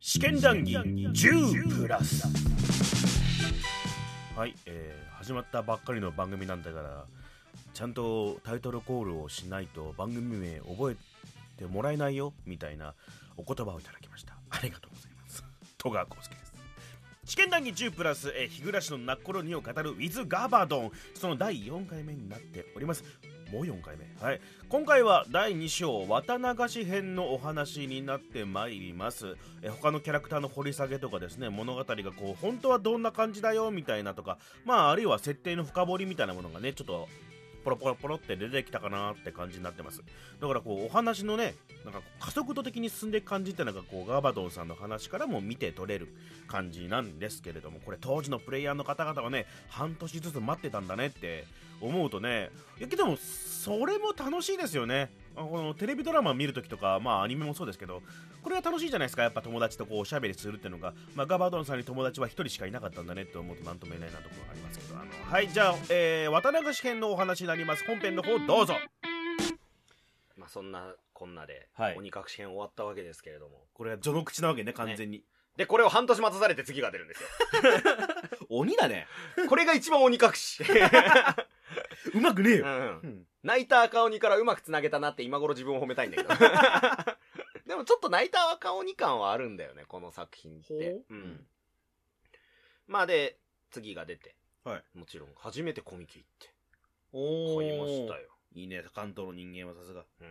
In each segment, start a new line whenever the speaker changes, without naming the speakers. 試験談義10プラスはい、えー始まったばっかりの番組なんだからちゃんとタイトルコールをしないと番組名覚えてもらえないよみたいなお言葉をいただきましたありがとうございます 戸川浩介です試験談義10プラス、えー、日暮らしのなっころにを語る with ガバドンその第4回目になっておりますもう4回目はい今回は第2章綿流し編のお話になってまいりますえー他のキャラクターの掘り下げとかですね物語がこう本当はどんな感じだよみたいなとかまああるいは設定の深掘りみたいなものがねちょっとポロポロポロって出てきたかなって感じになってますだからこうお話のねなんかこう加速度的に進んでいく感じってなんかこうガバドンさんの話からも見て取れる感じなんですけれどもこれ当時のプレイヤーの方々はね半年ずつ待ってたんだねって思うとねいやけどもそれも楽しいですよねあこのテレビドラマ見るときとか、まあアニメもそうですけど、これが楽しいじゃないですか、やっぱ友達とこうおしゃべりするっていうのが、まあガバドンさんに友達は一人しかいなかったんだねって思うとなんとも言えないなところがありますけど、あのはい、じゃあ、えー、渡辺試験のお話になります。本編の方どうぞ
まあそんなこんなで、
はい
鬼隠し編終わったわけですけれども。
これは序の口なわけね、完全に。
で、これを半年待たされて次が出るんですよ。
鬼だ ね。
これが一番鬼隠 し。
うまくねえ
う
よ。
ん。
ん。
泣いた赤鬼からうまく繋げたなって今頃自分を褒めたいん だけど。でもちょっと泣いた赤鬼感はあるんだよね、この作品って。
ほう
うん。まあで、次が出て。
はい
もちろん、初めてコミケ行って。
お
買いましたよ。
いいね、関東の人間はさすが。
う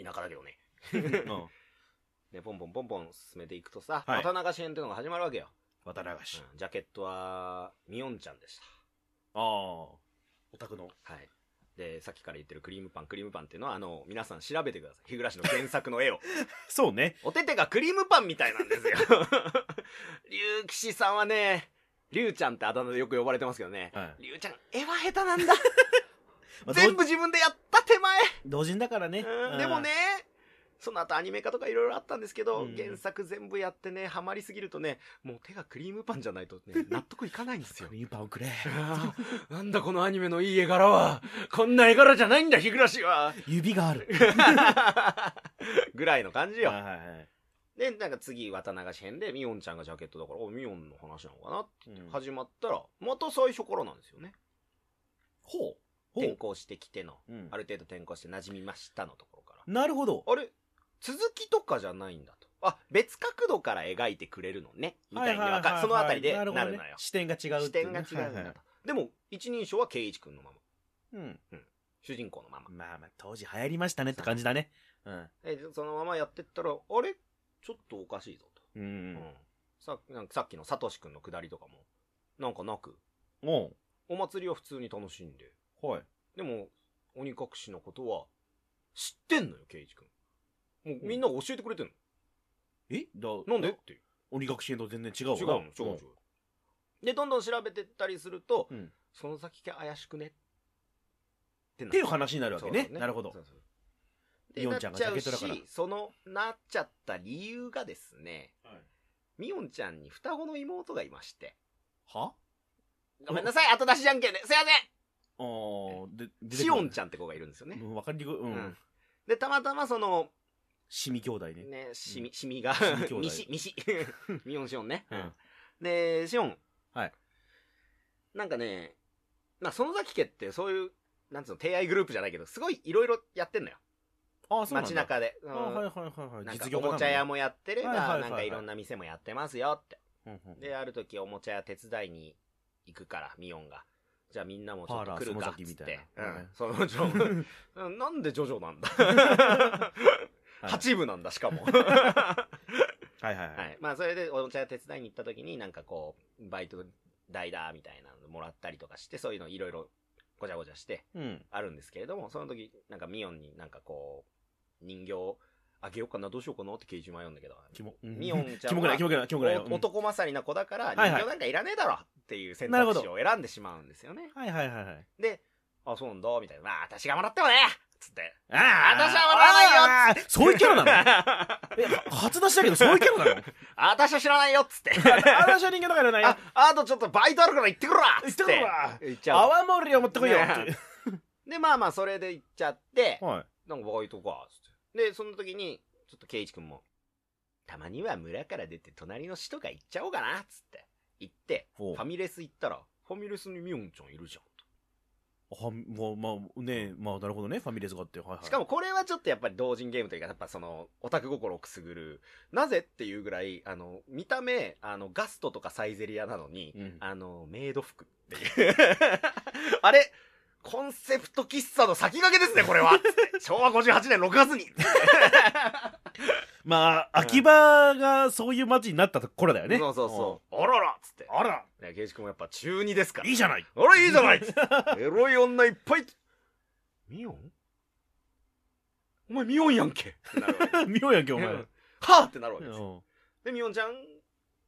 ん。田舎だけどね。
うん。
で、ポンポンポンポン進めていくとさ、
はい
また流し編っていうのが始まるわけよ。
渡流し。
うんジャケットは、ミヨンちゃんでし
ああ。オタクの。
た。はい。で、さっきから言ってるクリームパン、クリームパンっていうのは、あの、皆さん調べてください。日暮らしの原作の絵 を。
そうね。
お手手がクリームパンみたいなんですよ。 竜騎士さんはね、竜ちゃんってあだ名でよく呼ばれてますけどね。
は
竜ちゃん、絵は下手なんだ。
まあ
全部自分でやった手前。
同同人だからね。
うんでもね、その後アニメ化とかいろいろあったんですけど、
うん
原作全部やってね、ハマりすぎるとね、もう手がクリームパンじゃないとね、 納得いかないんですよ
ク。リームパンをくれ。
あーなんだこのアニメのいい絵柄は。こんな絵柄じゃないんだ、日暮らしは。
指がある。
ぐらいの感じよ。
はいはいはい。
で、なんか次、渡流し編で、ミヨンちゃんがジャケットだから、お、ミヨンの話なのかなって
うん
始まったら、また最初からなんですよね。
ほう。ほ
転
う。
校してきての、
うん
ある程度転校して馴染みましたのところか
なるほど。
ら。あれ続きとかじゃないんだと。あ、別角度から描いてくれるのね。みたいにわかそのあたりでなるの
ほど
よ。
ね視点が違うっ
視
ていう
点
ね
が違うんだ
はいは
と。でも、一人称は圭一君のまま。
いうん。
主人公のまま。
まあまあ、当時流行りましたねって感じだね。うん。
えそのままやってったら、あれちょっとおかしいぞと。
う
うん
ん。
さなんかさっきのサトシ君のくだりとかも、なんかなく、
おう
お祭りは普通に楽しんで。
はい。
でも、鬼隠しのことは、知ってんのよ、ケイジ君。もうみんなが教えてくれてんの。
えだ
なんでっていう。
鬼隠し編と全然違うわ
違うの、違うの、違うので、どんどん調べてったりすると、
うん
その先が怪しくね。ってな
っていう話になるわけね
そう。そう
なるほど
そ。うそう
イオンちゃんがジャケットだから
でなっちゃうしその、なっちゃった理由がですね、
はい
ミヨンちゃんに双子の妹がいまして。
は
ごめんなさい、後出しじゃんけんで。すいま
あーで、
せんシオンち
ゃ
ゃんって子がいるんですよね。
うん。わかりにくい。う
うんん。で、たまたまその、
シミ兄弟ね。
ね、シミ、シミが
シミ兄、弟
ミシ、ミシ、 ミヨンシオンね。
うん
で、シオン。
はい。
なんかね、まあ、その崎家ってそういう、なんつうの、提愛グループじゃないけど、すごいいろいろやってんのよ。
あーそうなんだ。
街中で。う
あ
ん
ーはいはいはいはい。
なんか
実業
お
家
もちゃ屋
も。
もやってれば、
はいはいはいは
ないんかいろんな店もやってますよって。
うんうん
で、ある時おもちゃ屋手伝いに行くから、ミヨンが。じゃあみんなもちょっと来るかっつって。
パーラー
うん。そのジョ、うんなんでジョジョなんだ
はい
八部なんだ、し か も。
はいはいは。
はいい。まあ、それでおもちゃ屋手伝いに行った時に、なんかこう、バイト代だ、みたいなのもらったりとかして、そういうのいろいろごちゃごちゃして
うん。
あるんですけれども、その時、なんかミヨンになんかこう、人形をあげようかな、どうしようかなって刑事迷うんだけど、
キモ。うん
ミヨンちゃんは
キモくない、キモくない、キモくない。うん
お男勝りな子だから、
い
人
はい
形なんかいらねえだろっていう選
なるほ
択
ど
肢を選んでしまうんですよね。
はいはいはいはい。
で、あ、そうなんだ、みたいな。まあ、私がもらってもねつって。
あ
私は笑わない
よそういうキャラな の
なの
え、は初出しだけどそういうキャラなの
私は知らないよっ つって。
私は人間だからいらないよ
あ。、あとちょっとバイトあるから行ってくるわ
言
つ
っ
って
こ
て。
いわ
行っちゃうわ
泡盛を持ってこいよ
ねで、まあまあ、それで行っちゃって、
はい。
なんかバイトか、つって。で、その時に、ちょっと、ケイイチ君も、たまには村から出て隣の市とか行っちゃおうかな、つって。行って、フ
ほう
ァミレス行ったら、ファミレスにミヨンちゃんいるじゃん。
はまあ、まあ、ねまあ、なるほどね。ファミレスがあって。はいはい。
しかもこれはちょっとやっぱり同人ゲームというか、やっぱその、オタク心をくすぐる、なぜっていうぐらい、あの、見た目、あの、ガストとかサイゼリアなのに、
うん、
あの、メイド服っていう。 あれコンセプト喫茶の先駆けです ね、これはつって昭和58年6月に
まあ、秋葉がそういう街になった頃だよね。
そうそうそう。あららつって。
うん。あら、
ね、刑事君もやっぱ中2ですから。
いいじゃない。
あら、 いいじゃないつってエロい女いっぱいミヨンお前ミヨンやんけってなるわけ
見ようや んけ、お前。
うんはぁってなるわけですよ
うん
で、みおんちゃん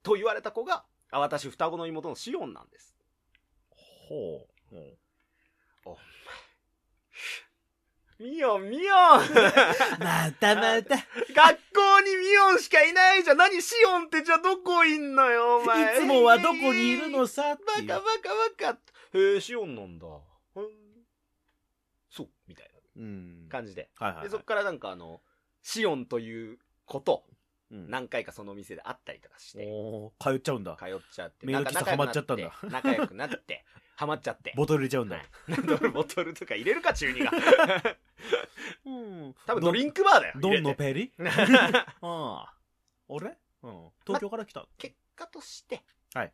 と言われた子が、あ、私、双子の妹のシオンなんです。
ほう。 うん
みおん、みおん
またまた、い
学校にみおんしかいないじゃん何シオンってじゃあどこいんのよ、お前。
つもはどこにいるのさっ
バ
ていう
カバカバカ。へえ、シオンなんだ。へえそう、みたい
うん
な。感じで。
はいはいはい。
で、そっからなんかあの、シオンということ、
うん
何回かその店で会ったりとかして、
おー通っちゃうんだ
通。っちゃって、
メイド喫茶ハマっちゃったんだ
仲良くなって。仲良くなって、ハマっちゃって。
ボトル入れちゃ うんだ。
ドルボトルとか入れるか、中二 が。
うん。
多分ドリンクバーだよ。
どんの
入れて
ペ リああ。俺うん。東京から来た。
結果として、
はい。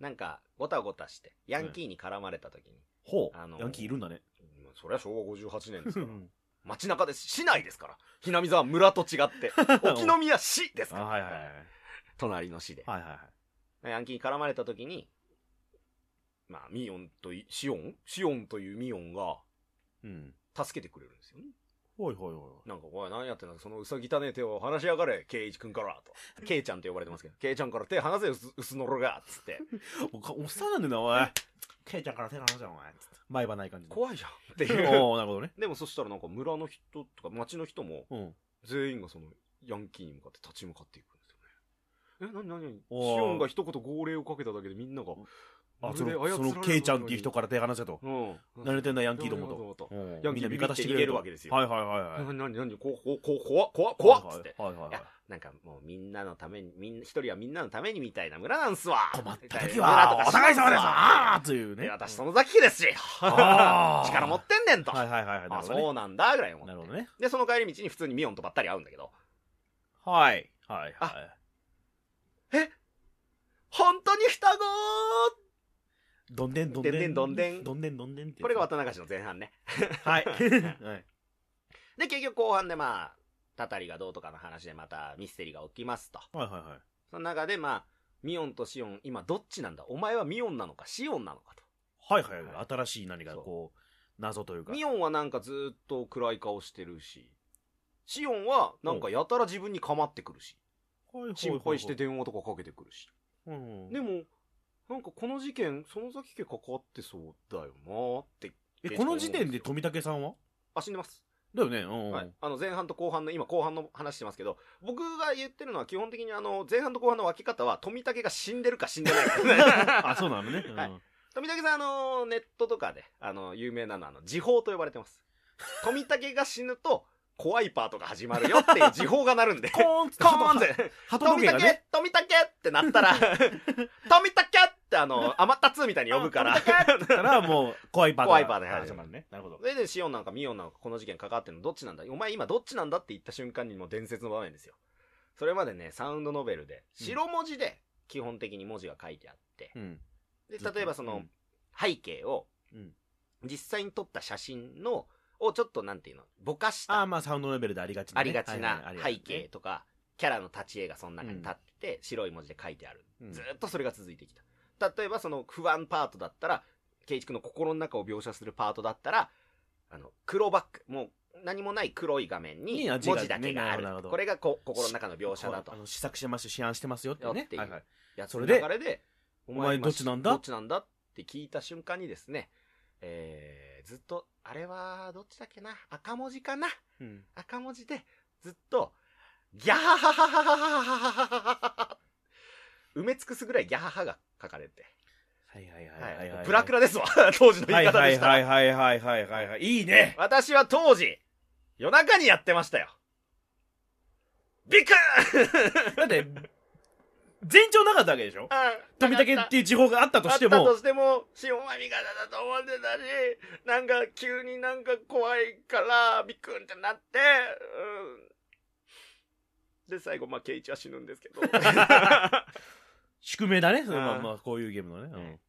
なんか、ごたごたして、ヤンキーに絡まれた時に、
ほ
あの
う。ヤンキーいるんだね。
まあそりゃ昭和58年で す
う
から、
ん
街中です、市内ですから、ひなみざは村と 違って、沖宮市です
あ
から、
はいはいはい。
隣の市で。
はいはいはい。
ヤンキーに絡まれた時に、まあ、ミヨンとい、シオンシオンというミヨンが、
うん。
助けてくれるんですよね。
ほいほいほ
なんか、おい、何やってんだそのうさぎたねえ手を離しやがれ、ケイイチ君から、と。ケイちゃんって呼ばれてますけど、ケイちゃんから手離せよ、うすうすのろが、つって。
い。おかおっさんなんだよな、おい。ケイちゃんから手離せよ、お前。つって前歯ない感じで。
怖いじゃん、っていう。
おおなるほどね。
でもそしたらなんか村の人とか町の人も、
うん。
全員がその、ヤンキーに向かって立ち向かっていくんですよね。え、なになになにシ
おー
オンが一言号令をかけただけでみんなが、
あ、そ
俺操られ
の、
る
そ
のに
の、ケイちゃんっていう人から手離せと。
うん。
慣れてんだ、ヤ
ヤ
ンキーどもと。う
と。
ん
ヤンキー
みんな味方してくれ
ビビって逃げるわけですよ
はいはいはい
な
はい。
になになにこここ怖っ怖っ怖っつって。
はいはいはい
いやなんかもうみんなのために、みんな、一人はみんなのためにみたいな村なんすわ
困った時
村と
は、
か
お互い様です
します
ああというね。
で私そのザキ家ですし
あー
力持ってんねんと、
はいはいはいはい。な
あ
るほどね
そうなんだぐらい思って
なるほどね。
でその帰り道に普通にミオンとばったり会うんだけど
はい。はいは
あ本当に双子
い。どんでんどんでん。
でんでんどんでん
どんでんどんでんって。
これが渡中氏の前半ね
はい。はい。
で結局後半でまあたたりがどうとかの話でまたミステリーが起きますと
はいはいはい。
その中でまあミオンとシオン今どっちなんだお前はミオンなのかシオンなのか
はいはいはい。新しい何かこう、謎という
と
か。
ミオンはなんかずーっと暗い顔してるしシオンはなんかやたら自分に構ってくるし
はいはいはいはい
心配して。電話とかかけてくるし
うん
でも、なんかこの事件、その先家関わってそうだよなーって。
え、この時点で富武さんは
あ、死んでます。
だよね。うん。
は。
はい
あの、前半と後半の、今後半の話してますけど、僕が言ってるのは基本的にあの、前半と後半の分け方は、富武が死んでるか死んでない か。
あ、そうなのね。うん
はい富武さん、あの、ネットとかで、あの、有名なのは、あの、時報と呼ばれてます。富武が死ぬと、怖いパートが始まるよっていう時報が鳴るんで。
コーン
コーンっ
で
て
鳩
富
時計
武
がね。
富武って なったら、富武ってあの、アマタツみたいに呼ぶから。
だからもう、怖いパート
怖いパートね
が始まるね。なるほど。
それで、シオンなんかミオンなんかこの事件関わってるのどっちなんだお前今どっちなんだって言った瞬間にもう伝説の場面ですよ。それまでね、サウンドノベル
う
で、
ん
白文字で基本的に文字が書いてあって、
うん。
で、
ずっと
例えばその
うん
背景を
うん、
実際に撮った写真の、をちょっとなんていうの、ぼかし
あ
た、
あ、まあ、サウンドレベルでありがちな
あ
ね。
りがち
はいはい
な
ありがち
背景とか、キャラの立ち絵がその中に立ってて、白い文字で書いてある。
うん
ずーっとそれが続いてきた。例えばその不安パートだったら、ケイチ君の心の中を描写するパートだったら、あの、黒バック、もう何もない黒い画面
いい
に
な
文
字が
字だけがある。
ねなるほど
これがこう心の中の描写だと
あ。の試作してますし、思案してますよって
よっ
ね
て。いう
はいはい
や
それで
流れで、お
お前どっちなんだ
どっちなんだって聞いた瞬間にですね、えー、ずっと、あれは、どっちだっけな赤文字かな
うん
赤文字で、ずっと、ギャハハハハハハハハハハ埋め尽くすぐらいギャハハが書かれて。
はいはいはいはいは。
はいい。プラク
ラ
ラですわ、 当時の言い方でしたら。
はいはいはいはいはい はいはい。いいね
私は当時、夜中にやってましたよ。ビク
だって、前兆なかったわけでしょ
ッ
富武っていう地方があったとして
あった
も
と、しても、潮まみ方だと思ってたし、なんか急になんか怖いから、ビクンってなって、うん。で、最後、まあ、ケイイチは死ぬんです けど。
宿命だね。そのま
うん
んまあ、こういうゲームのね。うん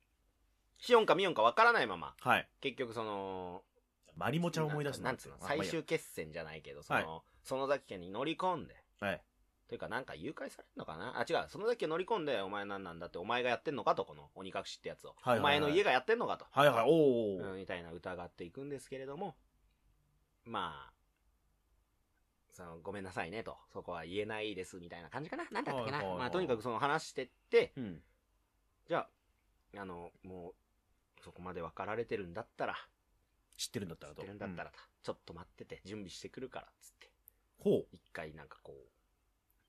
シオンかミオンかわからないまま、
はい。
結局その、
マリモちゃんを思い出す
なんつうの、
あまあいい
最
や
終決戦じゃないけど、その、園崎家に乗り込んで、
はい。
というかなんか誘拐されるのかなあ、違う、園崎家乗り込んで、お前なんなんだって、お前がやってんのかと、この鬼隠しってやつを。
はいはいはい
お前の家がやってんのかと。
はいはい、お
うん
ー。
みたいな疑っていくんですけれども、まあ、そのごめんなさいねと、そこは言えないですみたいな感じかな。なんだったっけな。
はいはいはい
まあ、とにかくその話してって、
うん。
じゃあ、あの、もう、そこまで分かられてるんだったら、
知ってるんだったら
知って
と。
るんだったらと、ちょっと待ってて、準備してくるから、つって、
うん。ほ
一回なんかこう、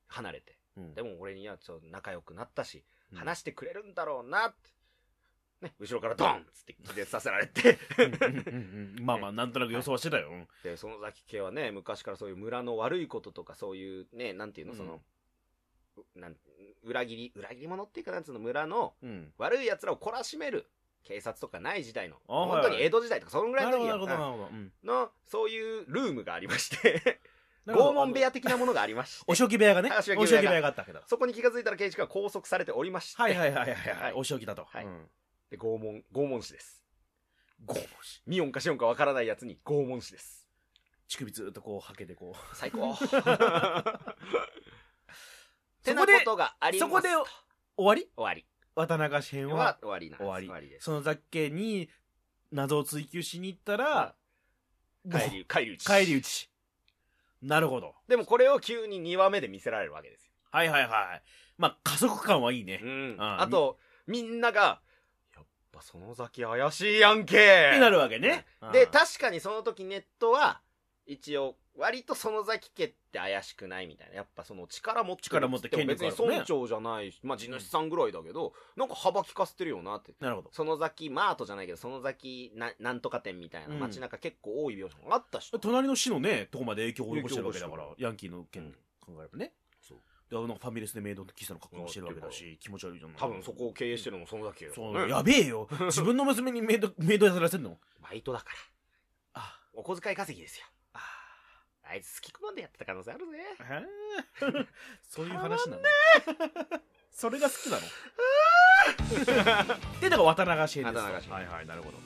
離れて。
う。うん
でも俺にはちょっと仲良くなったし、
うん
話してくれるんだろうなって、ね、後ろからドンつって気絶させられて、
うんうんうんうんまあ まあ、なんとなく予想はしてたよ。うん
で、その崎家はね、昔からそういう村の悪いこととか、そういうね、なんていうの、
うん
その、うなん、裏切り、裏切り者っていうか、なんつうの、村の
うん。
悪い奴らを懲らしめる警察とかない時代の、
あはい
本当に江戸時代とか、そのぐらい
な
の
るほ
時
ど、な
や
るほど、なるほど。うん
の、そういうルームがありまして、
なるほど
拷問部屋的なものがありまして、
お仕置き部屋がね。
あ
お
仕
仕
置
置
き
き
部
部
屋が
屋があったわけだ。
そこに気がついたら刑事が拘束されておりまして、
はいはいはいはい
は
はいい。お仕置きだと。
はい
うん
で、拷問、拷問師です。
ゴー
ミオンかシオンかわからない奴に拷問師です。
乳首ずーっとこう、はけてこう。
最 高。て
そ
な
こ
こ
で
とがあります
そこで終わり
終わり。
渡中氏編
は
は、
終わりなんです。
終わり
です。
その雑家に謎を追求しに行ったら、
帰り、帰り討ち。
帰り討ち。なるほど。
でもこれを急に2話目で見せられるわけですよ。
はいはいはい。まあ、加速感はいいね。
うん。
あ
あと、みんなが、やっぱその先怪しいやんけ
ってなるわけね。
で、
た、
確かにその時ネットは、一応、割とその崎家って怪しくないみたいな。やっぱその力持ってる
力持って権力ある
別に
ね
村長じゃないし、まあ地主さんぐらいだけど、なんか幅利かせてるよなって。
なるほど。
その崎マートじゃないけど、その崎ななんとか店みたいな
うん
街中結構多い描写があったし。
隣の市のね、とこまで影響を及ぼしてるわけだから
影響を及ぼ、
ヤンキーの
う
件
ん
考えればね。
そう
で、あのファミレスでメイド喫茶の格好もしてるわけだし、気持ち悪いじゃん。
多分そこを経営してるのもその崎家だから
そ
ね
う、やべえ よ。自分の娘にメイド、メイドやらせんの
バイトだから。
あ、
お小遣い稼ぎですよ。
あ、
あいつ好き好んでやってた可能性あるぜ。
えーそういう話なのそれが好きなの でだから渡永氏です
渡永シェーン
は
です
いはいなるほど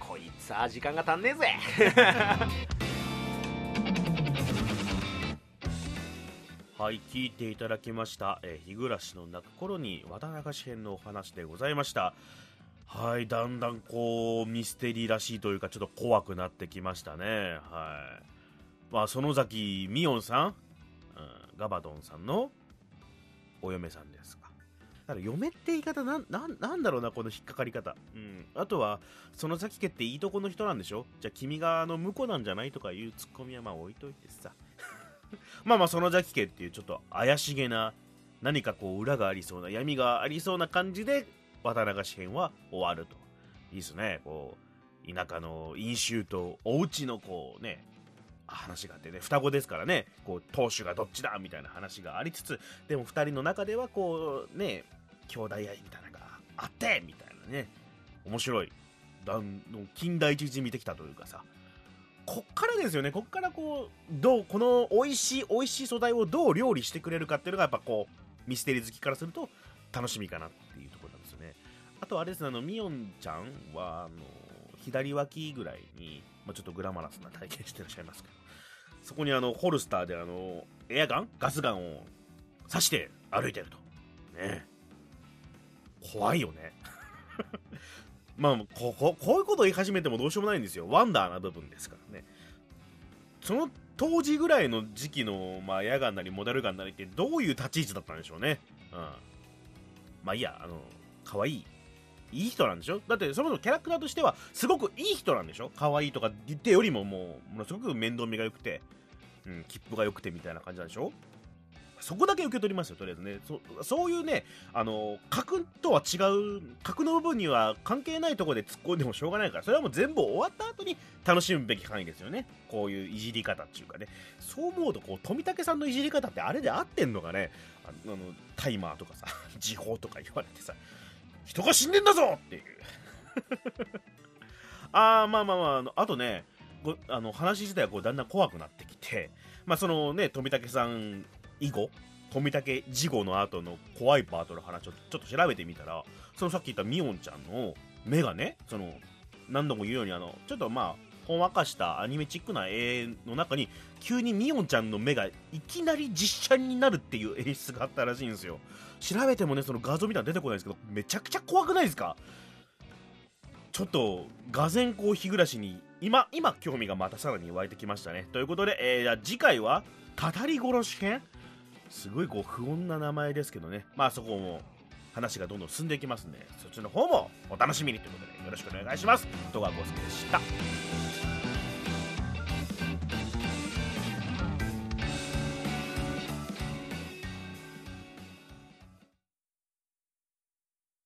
こいつは時間が足んねえぜ。
はい聞いていただきました「えー日暮らしの泣く頃」に渡永氏編のお話でございましたはいだんだんこうミステリーらしいというかちょっと怖くなってきましたねはいまあその先ミオンさん、うん、ガバドンさんのお嫁さんですかだから嫁って言い方なんなんなんだろうなこの引っかかり方、うん、あとはその先家っていいとこの人なんでしょじゃあ君があの婿なんじゃないとかいうツッコミはまあ置いといてさまあまあその邪気家っていうちょっと怪しげな何かこう裏がありそうな闇がありそうな感じで渡永詩編は終わるといいですねこう田舎の飲酒とお家のこうね話があってね双子ですからねこう当主がどっちだみたいな話がありつつでも二人の中ではこうね兄弟愛みたいなのがあってみたいなね面白いだんの近代一日見てきたというかさこっからですよねこっからこうどうこの美味しい美味しい素材をどう料理してくれるかっていうのがやっぱこうミステリー好きからすると楽しみかなっていうところなんですよねあとあれですねあのみおんちゃんはあの左脇ぐらいに、まあ、ちょっとグラマラスな体験してらっしゃいますけどそこにあのホルスターであのエアガンガスガンを刺して歩いてるとねえ怖いよねまあこここういうことを言い始めてもどうしようもないんですよワンダーな部分ですからねその当時ぐらいの時期の、まあ、エアガンなりモデルガンなりってどういう立ち位置だったんでしょうねうんまあいいやあの可愛いいい人なんでしょだってそもそもキャラクターとしてはすごくいい人なんでしょ可愛いとか言ってよりももうものすごく面倒見が良くて、うん、切符が良くてみたいな感じなんでしょそこだけ受け取りますよとりあえずねそそういうねあの核とは違う核の部分には関係ないところで突っ込んでもしょうがないからそれはもう全部終わった後に楽しむべき範囲ですよねこういういじり方っていうかねそう思うとこう富武さんのいじり方ってあれで合ってんのかねああのタイマーとかさ 時報とか言われてさ人が死んでんだぞっていう ああまあまあまああのあとねこあの話自体はこうだんだん怖くなってきてまあそのね富武さん以後富武事後の後の怖いパートの話をちょっと調べてみたらそのさっき言ったみおんちゃんの目がねその何度も言うようにあのちょっとまあほんわかしたアニメチックな絵の中に急にみおんちゃんの目がいきなり実写になるっていう演出があったらしいんですよ調べてもねその画像みたいなの出てこないですけどめちゃくちゃ怖くないですかちょっとがぜんこう日暮らしに今今興味がまたさらに湧いてきましたねということで、えーじゃあ次回は「たたり殺し編」すごいこう不穏な名前ですけどねまあそこも話がどんどん進んでいきますんでそっちの方もお楽しみにということでよろしくお願いします戸川浩介でした